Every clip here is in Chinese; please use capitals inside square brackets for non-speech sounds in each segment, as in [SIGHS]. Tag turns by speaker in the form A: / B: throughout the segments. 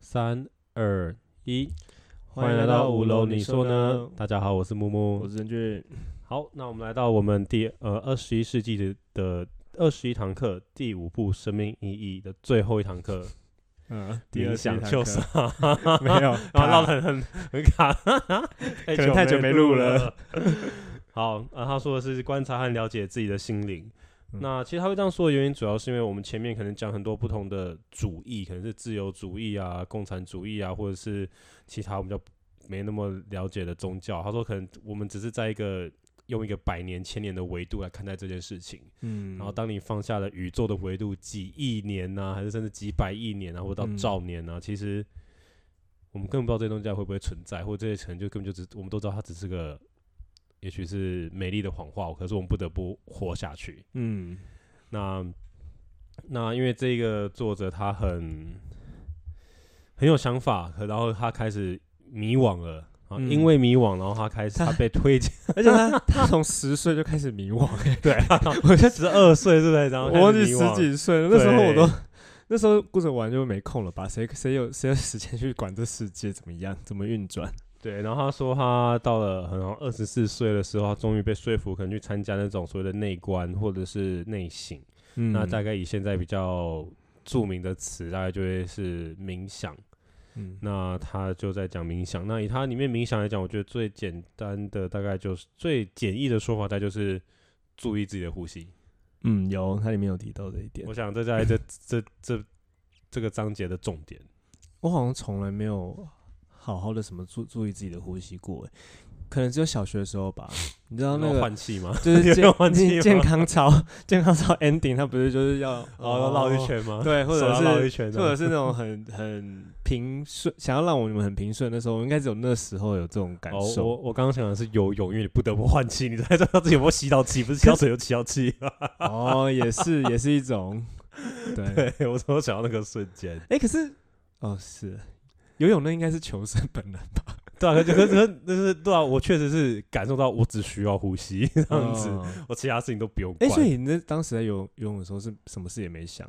A: 三二一，欢迎来到五楼，你说呢？大家好，我是木
B: 我
A: 木。
B: 是郑俊，
A: 好，那我们来到我们第呃二十一世纪的的二十一堂课第五部生命意义的最后一堂 [LAUGHS] 课，
B: 嗯，第
A: 冥
B: 二次一
A: 想
B: 堂
A: 秀
B: 课
A: [LAUGHS] 啥？
B: 没有，
A: 然后
B: 他
A: 唠得很很 [LAUGHS] 很卡，
B: [LAUGHS]
A: 可
B: 能太久没录
A: 了。 [LAUGHS] 好，然后他说的是观察和了解自己的心灵。
B: 嗯
A: 那其实他会这样说的原因，主要是因为我们前面可能讲很多不同的主义，可能是自由主义啊、共产主义啊，或者是其他我们就没那么了解的宗教。他说，可能我们只是在一个用一个百年、千年的维度来看待这件事情。
B: 嗯，
A: 然后当你放下了宇宙的维度，几亿年呐、还是甚至几百亿年啊，或者到
B: 嗯
A: 兆年啊，其实我们根本不知道这些东西到底会不会存在，或者这些可能就根本就只我们都知道它只是个，也许是美丽的谎话，可是我们不得不活下去。
B: 嗯，
A: 那那因为这个作者他很很有想法，可然后他开始迷惘了。啊，
B: 嗯
A: 因为迷惘，然后他开始他
B: 他
A: 被推荐， [LAUGHS]
B: 而且他他从十岁就开始迷惘， [LAUGHS]
A: 对，我现在十二岁，对不对？然后
B: 我
A: 开始
B: 忘记
A: 迷
B: 十
A: 惘
B: 几岁了，那时候我都
A: 对。
B: 那时候顾着玩就没空了吧？谁谁有谁有时间去管这世界怎么样、怎么运转？
A: 对，然后他说他到了好像二十四岁的时候，他终于被说服，可能去参加那种所谓的内观或者是内省。
B: 嗯
A: 那大概以现在比较著名的词，大概就会是冥想。
B: 嗯
A: 那他就在讲冥想。那以他里面冥想来讲，我觉得最简单的大概就是最简易的说法，大概就是注意自己的呼吸。
B: 嗯，有，它里面有提到这一点
A: 我。想这在这这这这个章节的重点。
B: 我好像从来没有好好的什么注注意自己的呼吸过，欸可能只有小学的时候吧。你知道那
A: 有
B: 个
A: 换气吗？
B: 就是
A: 有
B: 健
A: 换气
B: 健健
A: 吗
B: 康操，健康操 ending，它不是就是要
A: 哦， [LAUGHS] 绕一，圈吗？，
B: 对，或者
A: 绕一
B: 是
A: 圈啊，
B: 或者是那种很 [LAUGHS] 很平顺，想要让我们很平顺的时候，应该只有那时候有这种感
A: 哦，我
B: 受。
A: 我刚刚想的是游泳，因为你不得不换气，你才知道 [LAUGHS] 自己有没有吸到气，不是吸到水就吸到 [LAUGHS] 气。
B: 哦，也是也是一种，对，哎、
A: 对，我怎么想到那个瞬间？
B: 可是哦是游泳那应该是求生本能吧，
A: [LAUGHS] 对啊，可可可就是对啊，我确实是感受到我只需要呼吸这样子，
B: 哦
A: 我其他事情都不用
B: 哎、
A: 管。
B: 所以你那当时在游游泳的时候是什么事也没想？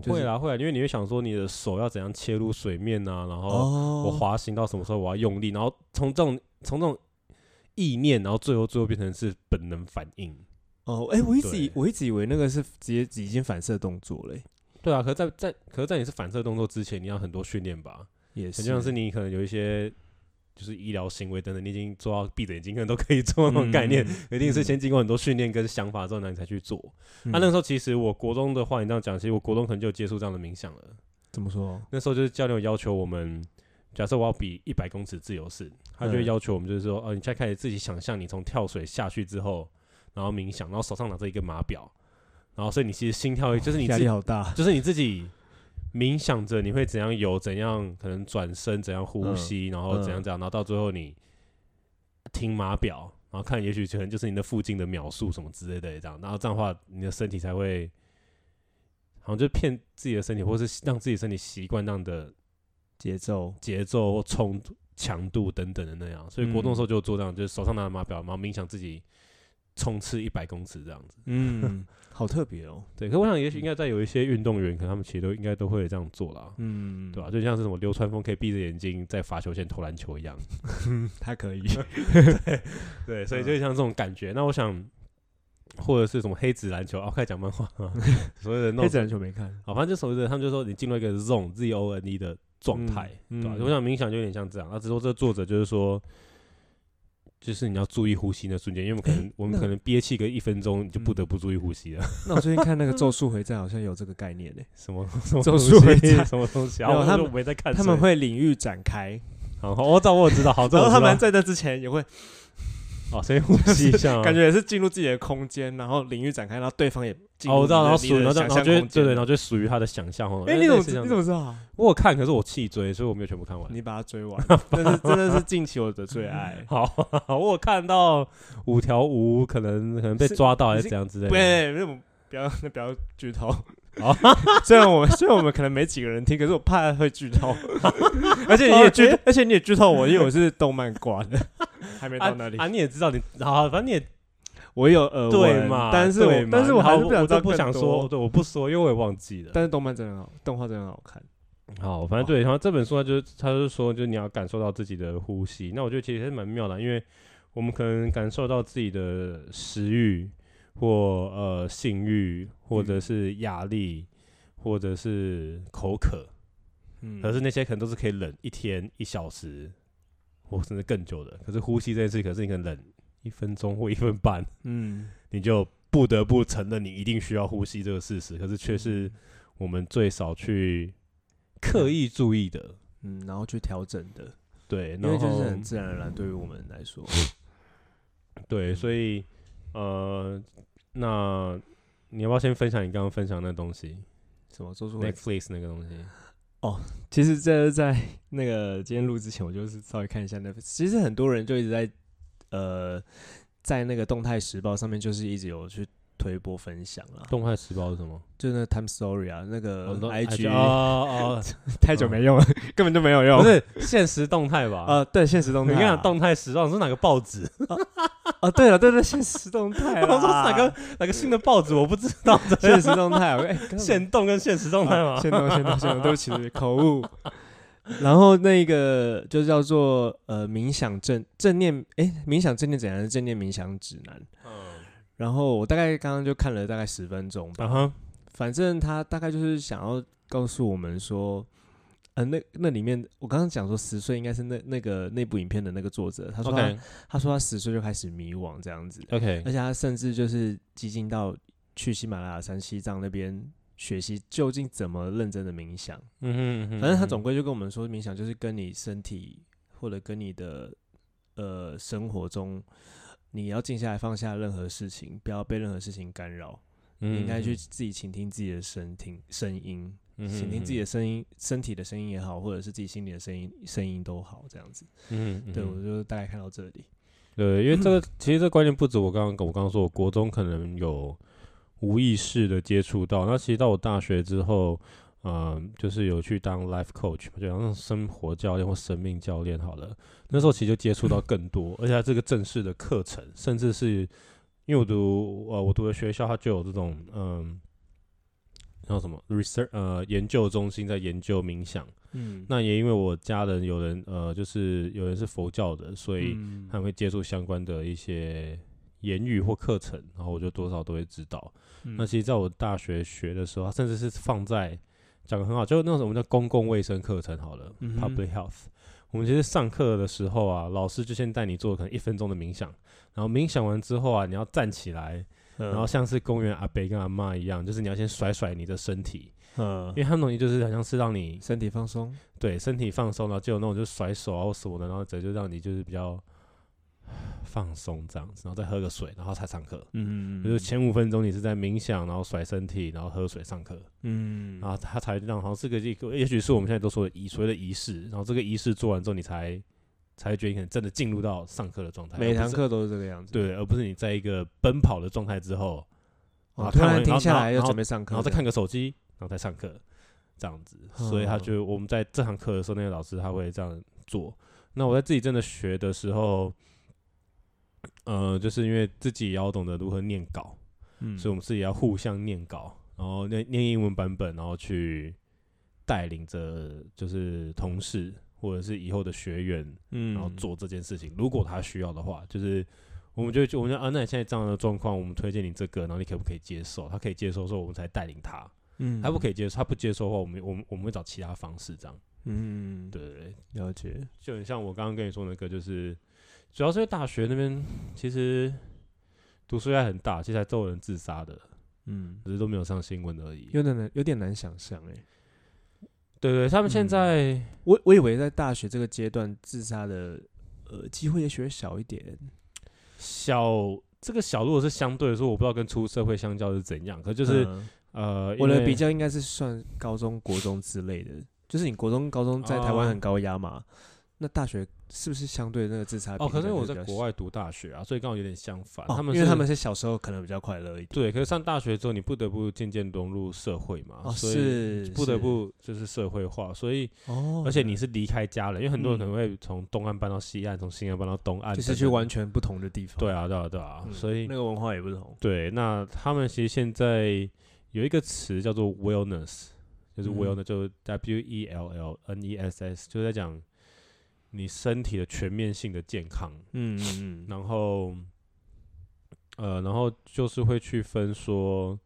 B: 就是
A: 会啦会啦，因为你会想说你的手要怎样切入水面啊，然后
B: 哦
A: 我滑行到什么时候我要用力，然后从这种从这种意念，然后最后最后变成是本能反应。
B: 哦，哎、我一直
A: 对
B: 以我一直以为那个是直接已经反射动作嘞、
A: 对啊，可是在在可是在你是反射动作之前，你要很多训练吧。
B: 也是，
A: 很像是你可能有一些就是医疗行为等等，你已经做到闭着眼睛可能都可以做那种概念，
B: 嗯
A: 一定是先经过很多训练跟想法之后，那你才去做。啊
B: 嗯
A: 那、那时候其实我国中的话，你这样讲，其实我国中可能就有接触这样的冥想了。
B: 怎么说？
A: 那时候就是教练有要求我们，假设我要比一百公尺自由式，他就会
B: 嗯
A: 要求我们就是说，哦、你现在开始自己想象你从跳水下去之后，然后冥想，然后手上拿着一个码表，然后所以你其实心跳就是你
B: 压
A: 自
B: 力
A: 己
B: 好大，
A: 就是你自己冥想着你会怎样游，怎样可能转身，怎样呼吸，然后怎样怎样，然后到最后你听码表，然后看也许可能就是你的附近的秒数什么之类的这样，然后这样的话你的身体才会好像就骗自己的身体，或是让自己身体习惯那样的
B: 节奏，
A: 节奏或冲强度等等的那样。所以国中的时候就做这样，就是手上拿着码表，然后冥想自己冲刺一百公尺这样子。
B: 嗯， [LAUGHS] 好特别哦，
A: 对，可我想也许应该在有一些运动员，可能他们其实都应该都会这样做啦。
B: 嗯，
A: 对吧、就像是什么流川枫可以闭着眼睛在罚球线投篮球一
B: [LAUGHS]
A: 样，
B: 他可以，
A: 对，
B: 嗯
A: 所以就像这种感觉。那我想，或者是什么黑子篮球，哦，开始讲漫画
B: [LAUGHS]
A: 啊，所谓的 [LAUGHS] 那种，
B: 黑子篮球没看，
A: 好，反正就所谓的他们就说你进入一个 zone z o n e 的状态，
B: 嗯
A: 对吧、
B: 嗯
A: 我想冥想就有点像这样，那只是说这个作者就是说。就是你要注意呼吸的瞬间，因为我们可能、我们
B: 那嗯
A: 可能憋气个一分钟，你就不得不注意呼吸了。
B: 那我最近看那个《咒术回战》好像有这个概念
A: [LAUGHS]
B: 欸呢，
A: 什
B: [LAUGHS]
A: 么什么
B: 咒
A: 东
B: 术
A: 西
B: 回战
A: 什么东西？啊
B: 没有
A: 我
B: 他
A: 就
B: 们
A: 没在看谁。
B: 他们会领域
A: [LAUGHS]
B: 展开，
A: 好，好我知道，我知道，好，哦这
B: [LAUGHS] 然
A: 我知
B: 后他们
A: 道嗯
B: 在那之前也会
A: 哦，先呼吸一下啊，
B: [LAUGHS] 感觉也是进入自己的空间，然后领域展开，然后对方也进
A: 哦，
B: 入
A: 我知道，然
B: 你的
A: 后属于，
B: 你
A: 然后
B: 的
A: 就然
B: 想
A: 后
B: 象
A: 就会
B: 空
A: 对
B: 间
A: 对，然后。就属于他的想象哦。
B: 哎，你怎么
A: 类似这样
B: 你怎么
A: [LAUGHS]
B: 知道？
A: 我有看，可是我弃追，所以我没有全部看完。。
B: 你把它追完，但是真的是近期我的最爱
A: [LAUGHS] 好， [LAUGHS] 我有看到五条悟可能可能被
B: 是
A: 抓到还
B: 你
A: 是
B: 是
A: 怎样之类的。
B: 对，那不要那不要剧透。
A: [LAUGHS] 哦
B: 虽然我虽然我们可能没几个人听，可是我怕会剧透，
A: [LAUGHS]
B: 而且你也剧，而且你也剧透我，因为我是动漫挂
A: [LAUGHS]
B: 的，还没
A: 啊
B: 到那里。
A: 啊，你也知道你，好，反正你也
B: 我有耳闻，
A: 对嘛，
B: 但是
A: 对
B: 我
A: 嘛
B: 但是我
A: 好
B: 还是
A: 我
B: 想知
A: 就
B: 道
A: 不
B: 更
A: 想
B: 多
A: 说，。对，我不说，因为我也忘记了。
B: 但是动漫真的很好，动画真的很好看。
A: 好，反正对，然后这本书它就是它就是说，就是你要感受到自己的呼吸。那我觉得其实还蛮妙的，因为我们可能感受到自己的食欲或呃性欲，或者是压力，或者是口渴，
B: 嗯
A: 可是那些可能都是可以忍一天、一小时，或甚至更久的。可是呼吸这件事，可是你可能忍一分钟或一分半，
B: 嗯，
A: 你就不得不承认你一定需要呼吸这个事实。可是却是我们最少去刻意注意的。
B: 嗯，然后去调整的，
A: 对，
B: 因
A: 然
B: 为就是
A: 后
B: 很自然而然，对于我们来
A: [LAUGHS]
B: 说，
A: 对，所
B: 嗯
A: 以呃，那你要不要先分享你刚刚分享的东西
B: 什么做出会
A: ？Netflix 那个东西，
B: 其实这在那个今天录之前，我就是稍微看一下那，其实很多人就一直在呃，在那个动态时报上面，就是一直有去推播分享啦，
A: 动态时报是什么？
B: 就那 Time Story 啊，那
A: 哦
B: 个
A: 动
B: IG、
A: 哦哦，
B: [LAUGHS]
A: 哦
B: 太久没用了，根本就没有用。
A: 不是现实动态吧？
B: 呃，对，现实动
A: 你
B: 态啊，
A: 刚讲动态时报是哪个报纸？ [LAUGHS]
B: 哦，对了，对对，现实动态啦，
A: 我说是哪个哪个新的报纸？我不知道。
B: [LAUGHS] 现实动态啊？哎，刚刚
A: 现动跟现实 [LAUGHS] 动态
B: 啊
A: 吗？
B: [LAUGHS] 先动先动
A: [LAUGHS]
B: 先动，对不起，对不起口误。然后那个就叫做呃冥想正正念，诶，冥想正念怎样的正念冥想指南。
A: 嗯，
B: 然后我大概刚刚就看了大概十分钟吧，
A: 然后
B: 反正他大概就是想要告诉我们说，呃，那那里面我刚刚讲说十岁应该是那那个那部影片的那个作者，他说哎他
A: OK
B: 他说他十岁就开始迷惘这样子，
A: OK，
B: 而且他甚至就是激进到去喜马拉雅山西藏那边学习究竟怎么认真的冥想。
A: 嗯哼嗯哼，
B: 反正他总归就跟我们说，冥想就是跟你身体或者跟你的呃生活中，你要静下来放下任何事情，不要被任何事情干扰，你
A: 嗯
B: 应该去自己倾听自己的声听声音，
A: 嗯
B: 倾听自己
A: 的，
B: 的声音，身体的声音也好，或者是自己心里的声音声音都好，这样子。
A: 嗯哼
B: 对
A: 嗯哼
B: 我就大概看到这里，
A: 对，因为这个其实这个观念不止我刚刚我刚刚说，我国中可能有无意识的接触到，那其实到我大学之后，呃，就是有去当 life coach，就像那种生活教练或生命教练好了。那时候其实就接触到更多，而且它这个正式的课程，甚至是因为我读呃我读的学校，它就有这种嗯。叫什么 research 呃研究中心在研究冥想，
B: 嗯，
A: 那也因为我家人有人呃就是有人是佛教的，所以
B: 嗯
A: 他们会接触相关的一些言语或课程，然后我就多少都会知道。
B: 嗯
A: 那其实在我大学学的时候，它甚至是放在讲的很好，就那种我们叫公共卫生课程好了、
B: 嗯
A: p u
B: 哼
A: b l i c health。我们其实上课的时候啊，老师就先带你做可能一分钟的冥想，然后冥想完之后啊，你要站起来，
B: 嗯
A: 然后像是公园阿伯跟阿妈一样，就是你要先甩甩你的身体，
B: 嗯
A: 因为他们东西就是好像是让你
B: 身体放松，
A: 对身体放松，然后就有那种就甩手啊或什么的，然后直接就让你就是比较 [SIGHS] 放松这样子，然后再喝个水，然后才上课。
B: 嗯
A: 就是前五分钟你是在冥想，然后甩身体，然后喝水上课，
B: 嗯
A: 然后他才让好像这个一个，也许是我们现在都说的仪所谓的仪式，然后这个仪式做完之后，你才才会觉得你可能真的进入到上课的状态。
B: 每
A: 而哎不
B: 堂
A: 是
B: 课都是这个样子，
A: 对，而不是你在一个奔跑的状态之后，
B: 哦，
A: 啊
B: 突
A: 看
B: 然
A: 完
B: 停
A: 然后
B: 下
A: 然后
B: 来要
A: 然后
B: 准备上课，
A: 然后再看个手机，然后再上课，这样子。所以
B: 哦
A: 他就我们在这堂课的时候，那个老师他会这样做。那我在自己真的学的时候，呃，就是因为自己也要懂得如何念稿，
B: 嗯，
A: 所以我们自己要互相念稿，然后念念英文版本，然后去带领着就是同事或者是以后的学员，
B: 嗯
A: 然后做这件事情。如果他需要的话，就是我们就会觉得我们就啊，那你现在这样的状况，我们推荐你这个，然后你可不可以接受？他可以接受的时候，我们才带领他。
B: 嗯
A: 他不可以接受，他不接受的话，我们我们我们会找其他方式这样。
B: 嗯，
A: 对，对对，
B: 了解，
A: 就很像我刚刚跟你说那个，就是主要是因为大学那边其实读书压力很大，其实还都有人自杀的，
B: 嗯，
A: 只是都没有上新闻而已。
B: 有点难，有点难想象哎、
A: 对对，他们现在、
B: 我我以为在大学这个阶段自杀的呃机会也许会小一点，
A: 小这个小，如果是相对来说，我不知道跟出社会相较是怎样，可就是、
B: 嗯
A: 呃，因
B: 我的
A: 为
B: 比较应该是算高中、国中之类的，就是你国中、高中在台湾
A: 哦
B: 很高压嘛，那大学是不是相对那个自杀
A: 哦，
B: 比
A: 可
B: 例
A: 是因为我
B: 就
A: 在
B: 比较
A: 国
B: 小
A: 外读大学啊，所以刚好有点相反。
B: 哦
A: 他们
B: 因为
A: 是
B: 他们是小时候可能比较快乐一点，
A: 对，可是上大学之后，你不得不渐渐融入社会嘛，
B: 哦
A: 啊所以
B: 是
A: 不得
B: 是
A: 不就是社会化，所以
B: 哦，
A: 而且你是离开家了，因为很多人
B: 嗯
A: 可能会从东岸搬到西岸，从西岸搬到东岸，
B: 就是
A: 等
B: 去
A: 等
B: 完全不同的地方，
A: 对啊，对啊，对啊，
B: 嗯
A: 所以
B: 那个文化也不同，
A: 对，那他们其实现在有一个词叫做 wellness，就是
B: 嗯
A: wellness，、就是 W E L L N E S S，就是在讲你身体的全面性的健康。
B: 嗯嗯嗯，
A: 然后，呃，然后就是会去分说，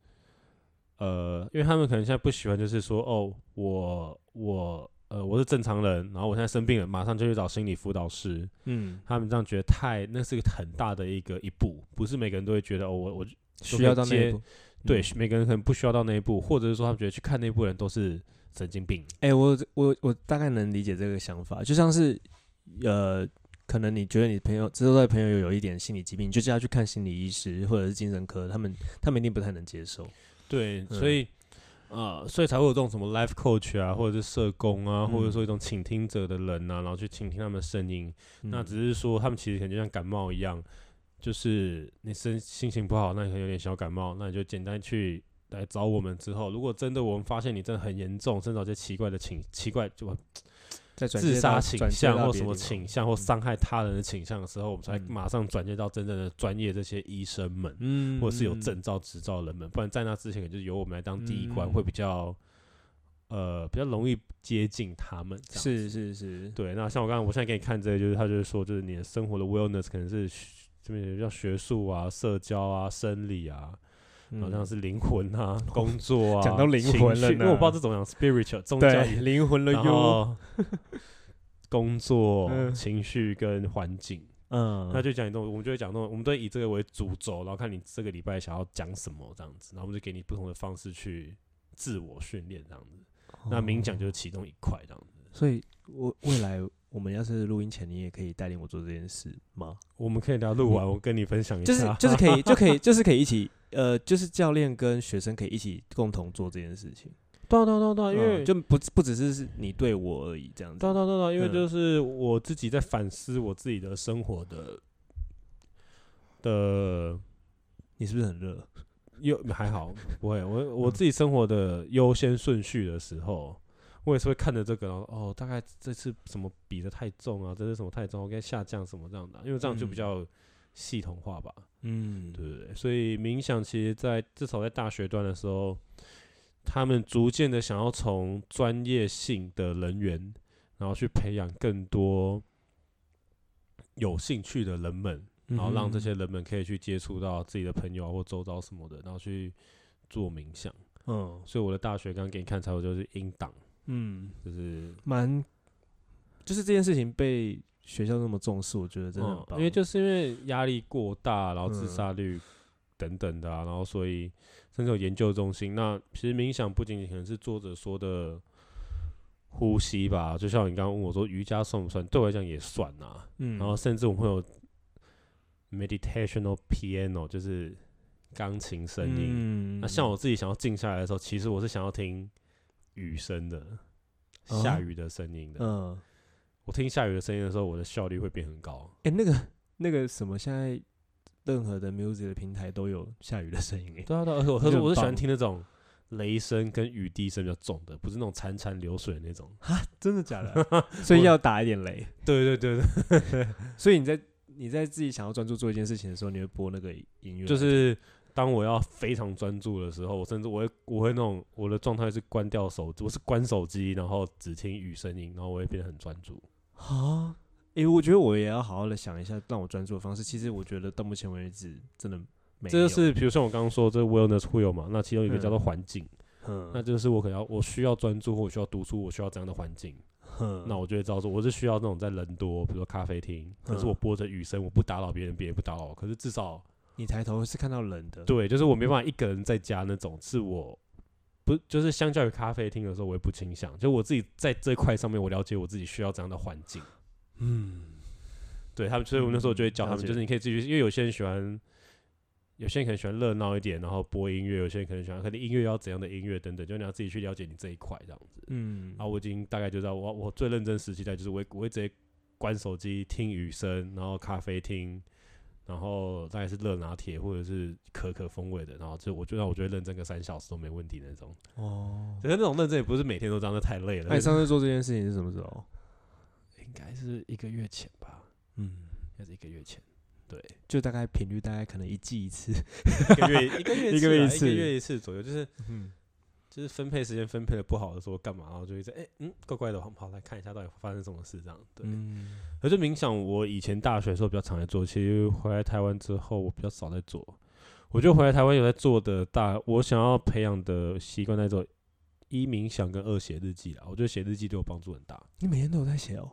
A: 呃，因为他们可能现在不喜欢，就是说，哦，我我呃我是正常人，然后我现在生病了，马上就去找心理辅导师。
B: 嗯，
A: 他们这样觉得太，那是一个很大的一个一步，不是每个人都会觉得，哦，我我
B: 需要到那一
A: 接
B: 步。
A: 对、
B: 嗯
A: 每个人可能不需要到那一步，或者是说他们觉得去看那一步的人都是神经病。
B: 哎、我我我大概能理解这个想法，就像是呃，可能你觉得你朋友知道的朋友有一点心理疾病，你就叫他去看心理医师或者是精神科，他们他们一定不太能接受。
A: 对，
B: 嗯
A: 所以、呃，所以才会有这种什么 life coach 啊，或者是社工啊，或者
B: 嗯
A: 说一种倾听者的人啊，然后去倾听他们的声音。那
B: 嗯
A: 只是说，他们其实可能就像感冒一样，就是你身心情不好，那你可能有点小感冒，那你就简单去。来找我们之后，如果真的我们发现你真的很严重，甚至有些奇怪的倾奇怪就
B: 再转
A: 自
B: 介到
A: 杀倾
B: 转介
A: 向
B: 到
A: 或
B: 别
A: 什
B: 的
A: 么
B: 地方
A: 倾向或伤害他人的倾向的时候，我们才
B: 嗯
A: 马上转接到真正的专业这些医生们。
B: 嗯，
A: 或者是有
B: 嗯
A: 证照、执照的人们，不然在那之前，可能就是由我们来当第一关，
B: 嗯
A: 会比较呃比较容易接近他们。这样
B: 是是是，
A: 对。那像我刚刚，我现在给你看这个，就是他就是说，就是你的生活的 wellness 可能是学这边叫学术啊、社交啊、生理啊，
B: 嗯
A: 好像是灵魂啊、
B: [LAUGHS]
A: 工作啊，
B: 讲到灵魂了
A: 情绪因为
B: 呢
A: 我不知道这怎么
B: [LAUGHS]
A: 讲，spiritual 宗教
B: 对
A: 也，
B: 灵魂了
A: 然
B: 哟， [LAUGHS]
A: 后工作、
B: 嗯
A: 情绪跟环境。
B: 嗯，
A: 那就讲一种，我们就会讲那种，我们都会以这个为主轴，然后看你这个礼拜想要讲什么这样子，然后我们就给你不同的方式去自我训练这样子。那冥想
B: 哦
A: 就是其中一块这样子。
B: 所以我未来我们要是录音前，你也可以带领我做这件事吗？
A: 我们可以聊录完，我跟你分享一
B: 就是
A: 下。
B: 就是可
A: [LAUGHS]
B: 以就可以就是可以一起呃，就是教练跟学生可以一起共同做这件事情，
A: 对啊对啊对啊对啊，因为
B: 嗯就不不只是是你对我而已这样子
A: 对啊。对啊对啊对啊，因为
B: 嗯
A: 就是我自己在反思我自己的生活的的
B: 你是不是很热？
A: 优还好，不会，我我自己生活的优先顺序的时候，我也是会看着这个，然后哦，大概这次什么比的太重啊，这次什么太重，我该下降什么这样的啊、因为这样就比
B: 嗯
A: 较系统化吧，
B: 嗯，
A: 对不对？所以冥想其实在至少在大学段的时候，他们逐渐的想要从专业性的人员，然后去培养更多有兴趣的人们，
B: 嗯哼，
A: 然后让这些人们可以去接触到自己的朋友啊或周遭什么的，然后去做冥想。
B: 嗯
A: 所以我的大学刚刚给你看才有就是音档，
B: 嗯，
A: 就是
B: 蛮就是这件事情被学校那么重视，我觉得真的很
A: 嗯
B: 棒、嗯
A: 因为就是因为压力过大，然后自杀率等等的啊，然后所以甚至有研究中心。那其实冥想不仅仅可能是作者说的呼吸吧，就像你刚刚问我说瑜伽算不算，对我来讲也算啊。
B: 嗯，
A: 然后甚至我们会有 meditational piano，就是钢琴声音。
B: 嗯
A: 那像我自己想要静下来的时候，其实我是想要听雨声的，下
B: 哦
A: 雨的声音的。
B: 嗯，
A: 我听下雨的声音的时候，我的效率会变很高。
B: 哎、那个那个什么，现在任何的 music 的平台都有下雨的声音、欸，
A: 对啊，对啊，而且我
B: 这
A: 可是
B: 很
A: 我是喜欢
B: 棒
A: 听那种雷声跟雨滴声比较重的，不是那种潺潺流水的那种。 [LAUGHS]
B: 真的假的？所以要打一点雷。
A: 对对对对，
B: 所以你在你在自己想要专注做一件事情的时候，你会播那个音乐来听，
A: 就是当我要非常专注的时候，我甚至我会我会那种我的状态是关掉手，我是关手机，然后只听雨声音，然后我会变得很专注。
B: 啊。哎、我觉得我也要好好的想一下让我专注的方式。其实我觉得到目前为止真的没有，
A: 这就是比如像我刚刚说这 wellness 会有嘛，那其中一个叫做
B: 嗯
A: 环境。
B: 嗯，
A: 那就是我可能要我需要专注，或我需要读书，我需要怎样的环境，
B: 哼
A: 那我就会知道说我是需要那种在人多，比如说咖啡厅，可
B: 嗯
A: 是我播着雨声，我不打扰别人，别人也不打扰我，可是至少
B: 你抬头是看到人的，
A: 对，就是我没办法一个人在家那种，是我不就是相较于咖啡厅的时候，我也不倾向，就我自己在这块上面，我了解我自己需要怎样的环境。
B: 嗯，
A: 对他们，所以我那时候就会教他
B: 了
A: 们，
B: 解
A: 就是你可以自己去，因为有些人喜欢，有些人可能喜欢热闹一点，然后播音乐，有些人可能喜欢，可能音乐要怎样的音乐等等，就你要自己去了解你这一块这样子。
B: 嗯，
A: 啊，我已经大概就知道，我我最认真时期在就是我会我会直接关手机听雨声，然后咖啡厅，然后大概是热拿铁或者是可可风味的，然后就我觉得我觉得认真个三小时都没问题那种。
B: 哦。
A: 可是那种认真也不是每天都这样，那太累
B: 那
A: 了。
B: 你上次做这件事情是什么时候？
A: 应该是一个月前吧，
B: 嗯，
A: 应该是一个月前，对，
B: 就大概频率大概可能一季一次。 [LAUGHS]
A: 一个月一个月
B: 一个
A: 啊
B: 月一
A: 一
B: 次
A: 个月一次左右，就是
B: 嗯
A: 就是分配时间分配的不好的时候干嘛，然后就会在哎、嗯怪怪的，我跑来看一下到底发生什么事这样。对，
B: 嗯，
A: 可是冥想，我以前大学的时候比较常在做，其实回来台湾之后我比较少在做。我觉得回来台湾有在做的大，我想要培养的习惯在做一冥想跟二写日记啦。我觉得写日记对我帮助很大。
B: 你每天都有在写哦，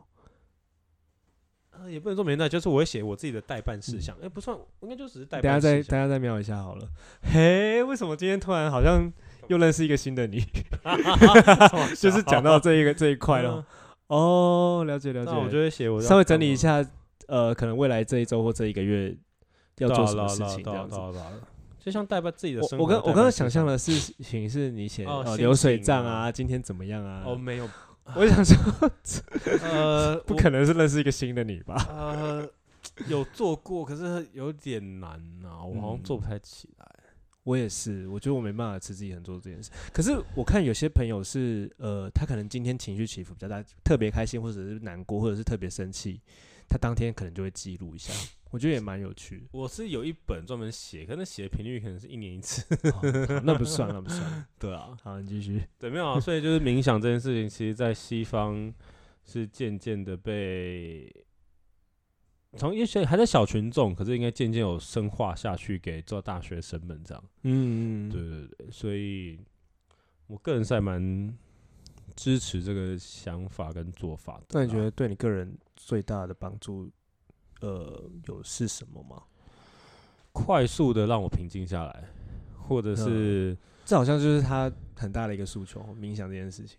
A: 呃，也不能说没代，就是我会写我自己的代办事项。哎、不算，应该就只是代
B: 大家
A: 办
B: 再
A: 事
B: 大
A: 项。
B: 家再瞄一下好了。嘿，为什么今天突然好像又认识一个新的你？
A: [LAUGHS] 啊
B: [LAUGHS] 就是讲到这一个这一块了。哦，了解
A: 嗯
B: 了
A: 那我就
B: 解。
A: 会写我
B: 稍微整理一下，呃，可能未来这一周或这一个月要做什么事
A: 啊
B: 情这样子。
A: 就像代办自己的
B: 我
A: 生活。
B: 我刚我刚刚想象的事情是你写
A: 啊哦心
B: 哦流水
A: 情
B: 账
A: 啊
B: 啊，今天怎么样啊？
A: 哦，没
B: [LAUGHS]
A: 有，
B: 我想说，
A: 呃，
B: 不可能是认识一个新的你吧？
A: 呃，有做过，可是有点难啊，我好像做不太起来。
B: 我也是，我觉得我没办法持之以恒做这件事。可是我看有些朋友是，呃，他可能今天情绪起伏比较大，特别开心，或者是难过，或者是特别生气，他当天可能就会记录一下，我觉得也蛮有趣的。
A: 我是有一本专门写，可是那写的频率可能是一年一次。啊
B: [LAUGHS] 好哦好那不算，那不算。
A: [LAUGHS] 对啊，
B: 好，你继续。
A: 对，没有啊。所以就是冥想这件事情，其实在西方是渐渐的被从也许还在小群众，可是应该渐渐有深化下去给做大学生们这样。
B: 嗯，
A: 对，对对，所以我个人是还蛮支持这个想法跟做法的啦。啊
B: 那你觉得对你个人最大的帮助，呃，有是什么吗？
A: 快速的让我平静下来，或者是、
B: 这好像就是他很大的一个诉求，冥想这件事情。嗯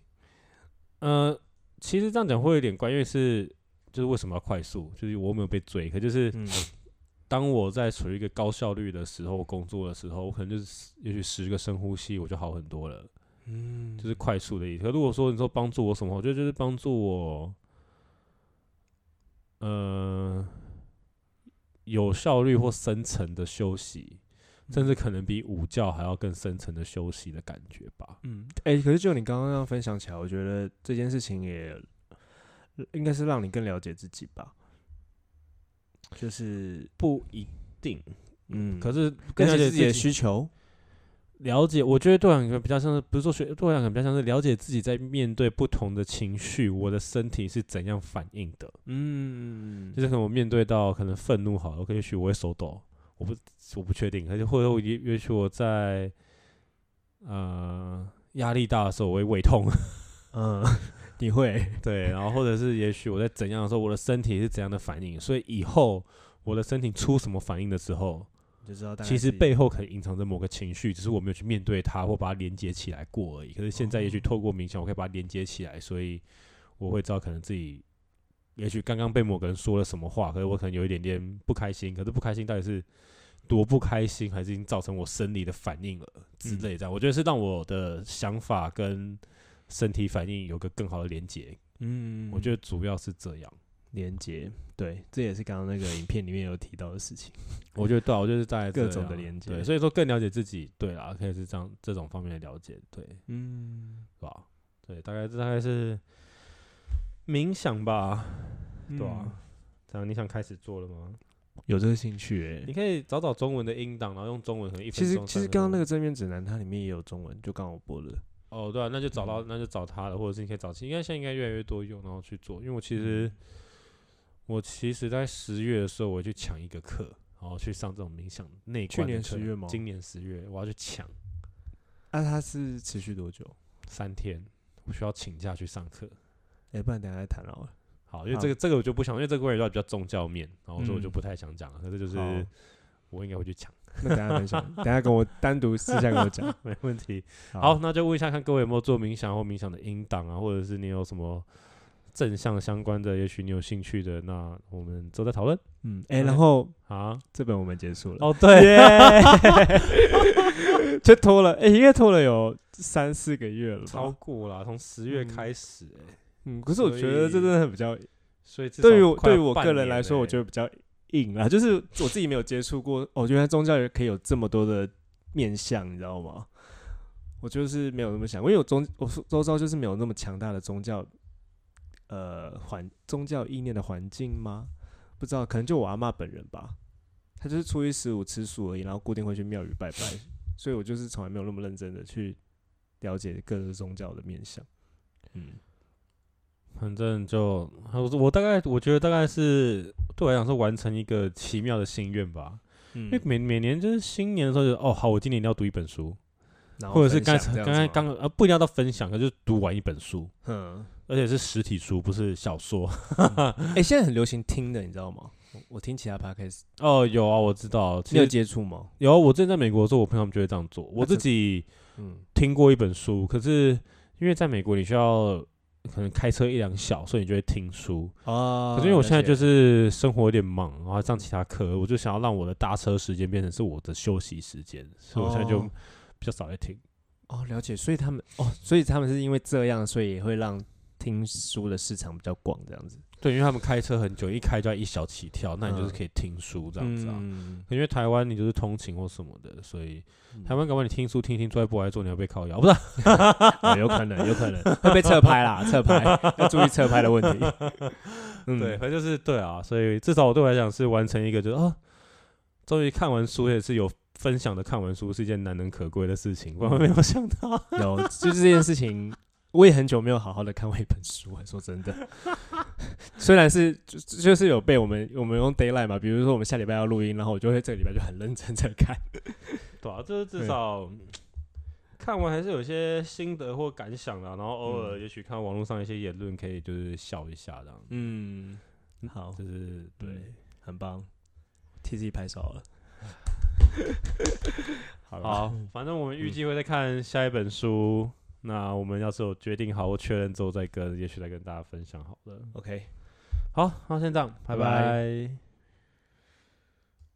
A: 呃，其实这样讲会有点怪，因为是就是为什么要快速？就是我没有被追，可就是
B: 嗯
A: 当我在处于一个高效率的时候工作的时候，我可能就是也许十个深呼吸我就好很多了，
B: 嗯，
A: 就是快速的意思。可如果说你说帮助我什么，我觉得就是帮助我，呃，有效率或深层的休息。
B: 嗯
A: 甚至可能比午觉还要更深层的休息的感觉吧。
B: 嗯，哎、可是就你刚刚那样分享起来，我觉得这件事情也应该是让你更了解自己吧。就是，
A: 不一定，
B: 嗯，
A: 可是
B: 更
A: 更
B: 了
A: 了
B: 解
A: 解
B: 自己的
A: 需
B: 需求。
A: 了解，我觉得对我来讲比较像是，不是说学对我来讲比较像是了解自己在面对不同的情绪，我的身体是怎样反应的。
B: 嗯
A: 就是可能我面对到可能愤怒好了，我也许我会手抖，我不我不确定，而且或者我也也许我在呃压力大的时候我会胃痛， [LAUGHS]
B: 嗯， [LAUGHS] 你会，
A: 对，然后或者是也许我在怎样的时候，我的身体是怎样的反应，所以以后我的身体出什么反应的时候，
B: 就知道大概
A: 其实
B: 自己
A: 背后可能隐藏着某个情绪，只是我没有去面对它或把它连接起来过而已。可是现在也许透过冥想，我可以把它连接起来，所以我会知道可能自己也许刚刚被某个人说了什么话，可是我可能有一点点不开心，可是不开心到底是多不开心，还是已经造成我生理的反应了之类这样。我觉得是让我的想法跟身体反应有个更好的连接，
B: 嗯，
A: 我觉得主要是这样。
B: 连接，对，这也是刚刚那个影片里面有提到的事情。
A: 我觉得对啊、我就是在
B: 各
A: 这
B: 种的
A: 样
B: 连接
A: 对，所以说更了解自己，对啊，可以是这样这种方面的了解，对，
B: 嗯，
A: 是吧？对，大概这大概是冥想吧，对啊。这样你想开始做了吗？
B: 有这个兴趣哎、
A: 你可以找找中文的音档，然后用中文和一分
B: 其
A: 钟。
B: 实其
A: 三
B: 实
A: 分
B: 刚
A: 钟
B: 刚那个正面指南它里面也有中文，就刚刚我播的。
A: 哦，对啊，那就找
B: 嗯
A: 到，那就找他了，或者是你可以找其，应该现在应该越来越多用，然后去做。因为我其实，
B: 嗯
A: 我其实在十月的时候，我去抢一个课，然后去上这种冥想内
B: 去
A: 观的
B: 年
A: 课
B: 10月吗
A: 今年十月我要去抢
B: 那、啊它是持续多久？
A: 三天，我需要请假去上课。
B: 哎、不然等一下再谈好了。
A: 好，因为
B: 好
A: 这个这个我就不想，因为这个关于到比较宗教面，然后所以我就
B: 嗯
A: 不太想讲了。可是就是
B: 好
A: 我应该会去抢，
B: [LAUGHS] 那等一下分享，等一下跟我单独私下跟我 [LAUGHS] 讲。
A: 没问题。
B: 好
A: 好，，那就问一下，看各位有没有做冥想或冥想的音档啊，或者是你有什么正向相关的，也许你有兴趣的，那我们之后再讨论
B: 嗯，哎、然后
A: 啊。
B: 这本我们结束了，
A: 哦，对，
B: [LAUGHS] 就拖了，哎、应该拖了有三四个月了
A: [LAUGHS] 超
B: 吧？
A: 过啦，从十月
B: 嗯
A: 开始、欸，
B: 嗯，可是我觉得这真的比较，
A: 所以至
B: 对于
A: 少
B: 我
A: 快
B: 对于
A: 要
B: 我
A: 半
B: 个人
A: 年
B: 来
A: 了
B: 说，我
A: 欸
B: 觉得比较硬啦，就是我自己没有接触过，哦，原来宗教也可以有这么多的面向，你知道吗？我就是没有那么想，因为我宗我周遭就是没有那么强大的宗教，呃，环宗教意念的环境吗？不知道，可能就我阿嬷本人吧，她就是初一十五吃素而已，然后固定会去庙宇拜拜，所以我就是从来没有那么认真的去了解各个宗教的面向。嗯，
A: 反正就我我大概我觉得大概是对我来讲是完成一个奇妙的心愿吧，
B: 嗯
A: 因为每每年就是新年的时候就哦好，我今年一定要读一本书，
B: 然后
A: 或者是
B: 分
A: 刚才
B: 享这样
A: 刚才
B: 子
A: 刚
B: 吗，
A: 呃不一定要到分享，可是就读完一本书，
B: 嗯，
A: 而且是实体书，不是小说。
B: [LAUGHS] 哎、现在很流行听的，你知道吗？我我听其他 podcast，
A: 哦，有啊，我知道，
B: 你
A: 其
B: 有
A: 实
B: 接触吗？
A: 有啊我之前在美国的时候，我朋友他们就会这样做。我
B: 啊这
A: 自己
B: 嗯，
A: 听过一本书，可是因为在美国你需要可能开车一两小时，所以你就会听书。
B: 哦，
A: 可是因为我现在就是是生活有点忙，然后上其他课，我就想要让我的搭车时间变成是我的休息时间，所以我现在就
B: 哦
A: 比较少在听。
B: 哦，了解，所以他们哦，所以他们是因为这样，所以也会让听书的市场比较广，这样子，
A: 对，因为他们开车很久，一开就要一小起跳，那你就是可以听书这样子啊。
B: 嗯
A: 因为台湾你就是通勤或什么的，所以
B: 嗯
A: 台湾搞不好你听书听一听坐在不来坐，你要被靠腰，不是啊、 [LAUGHS]
B: 哦有可能，有可能会被侧拍啦，
A: [LAUGHS]
B: 侧拍要注意侧拍的问题。嗯，
A: 对，，反正就是对啊，所以至少我对我来讲是完成一个，就是啊，终于看完书也是有分享的，看完书是一件难能可贵的事情，我没有想到。
B: [LAUGHS] 有就是这件事情，我也很久没有好好的看完一本书了。说真的， [LAUGHS] 虽然是就就是有被我们我们用 d a y l i g h t 嘛，比如说我们下礼拜要录音，然后我就会这个礼拜就很认真在看。
A: [LAUGHS] 对啊，就是至
B: 对
A: 少嗯看完还是有一些心得或感想啦，然后偶尔
B: 嗯
A: 也许看网络上一些言论，可以就是笑一下这样，
B: 嗯，好
A: 就，是对。
B: 嗯很棒，替自己拍手好了。 [LAUGHS] 好了，
A: [LAUGHS] 好，反正我们预计会再看下一本书。那我们要是有决定好或确认之后再跟，也许再跟大家分享好了。
B: ，OK。
A: 好，那先这样，拜
B: 拜
A: 拜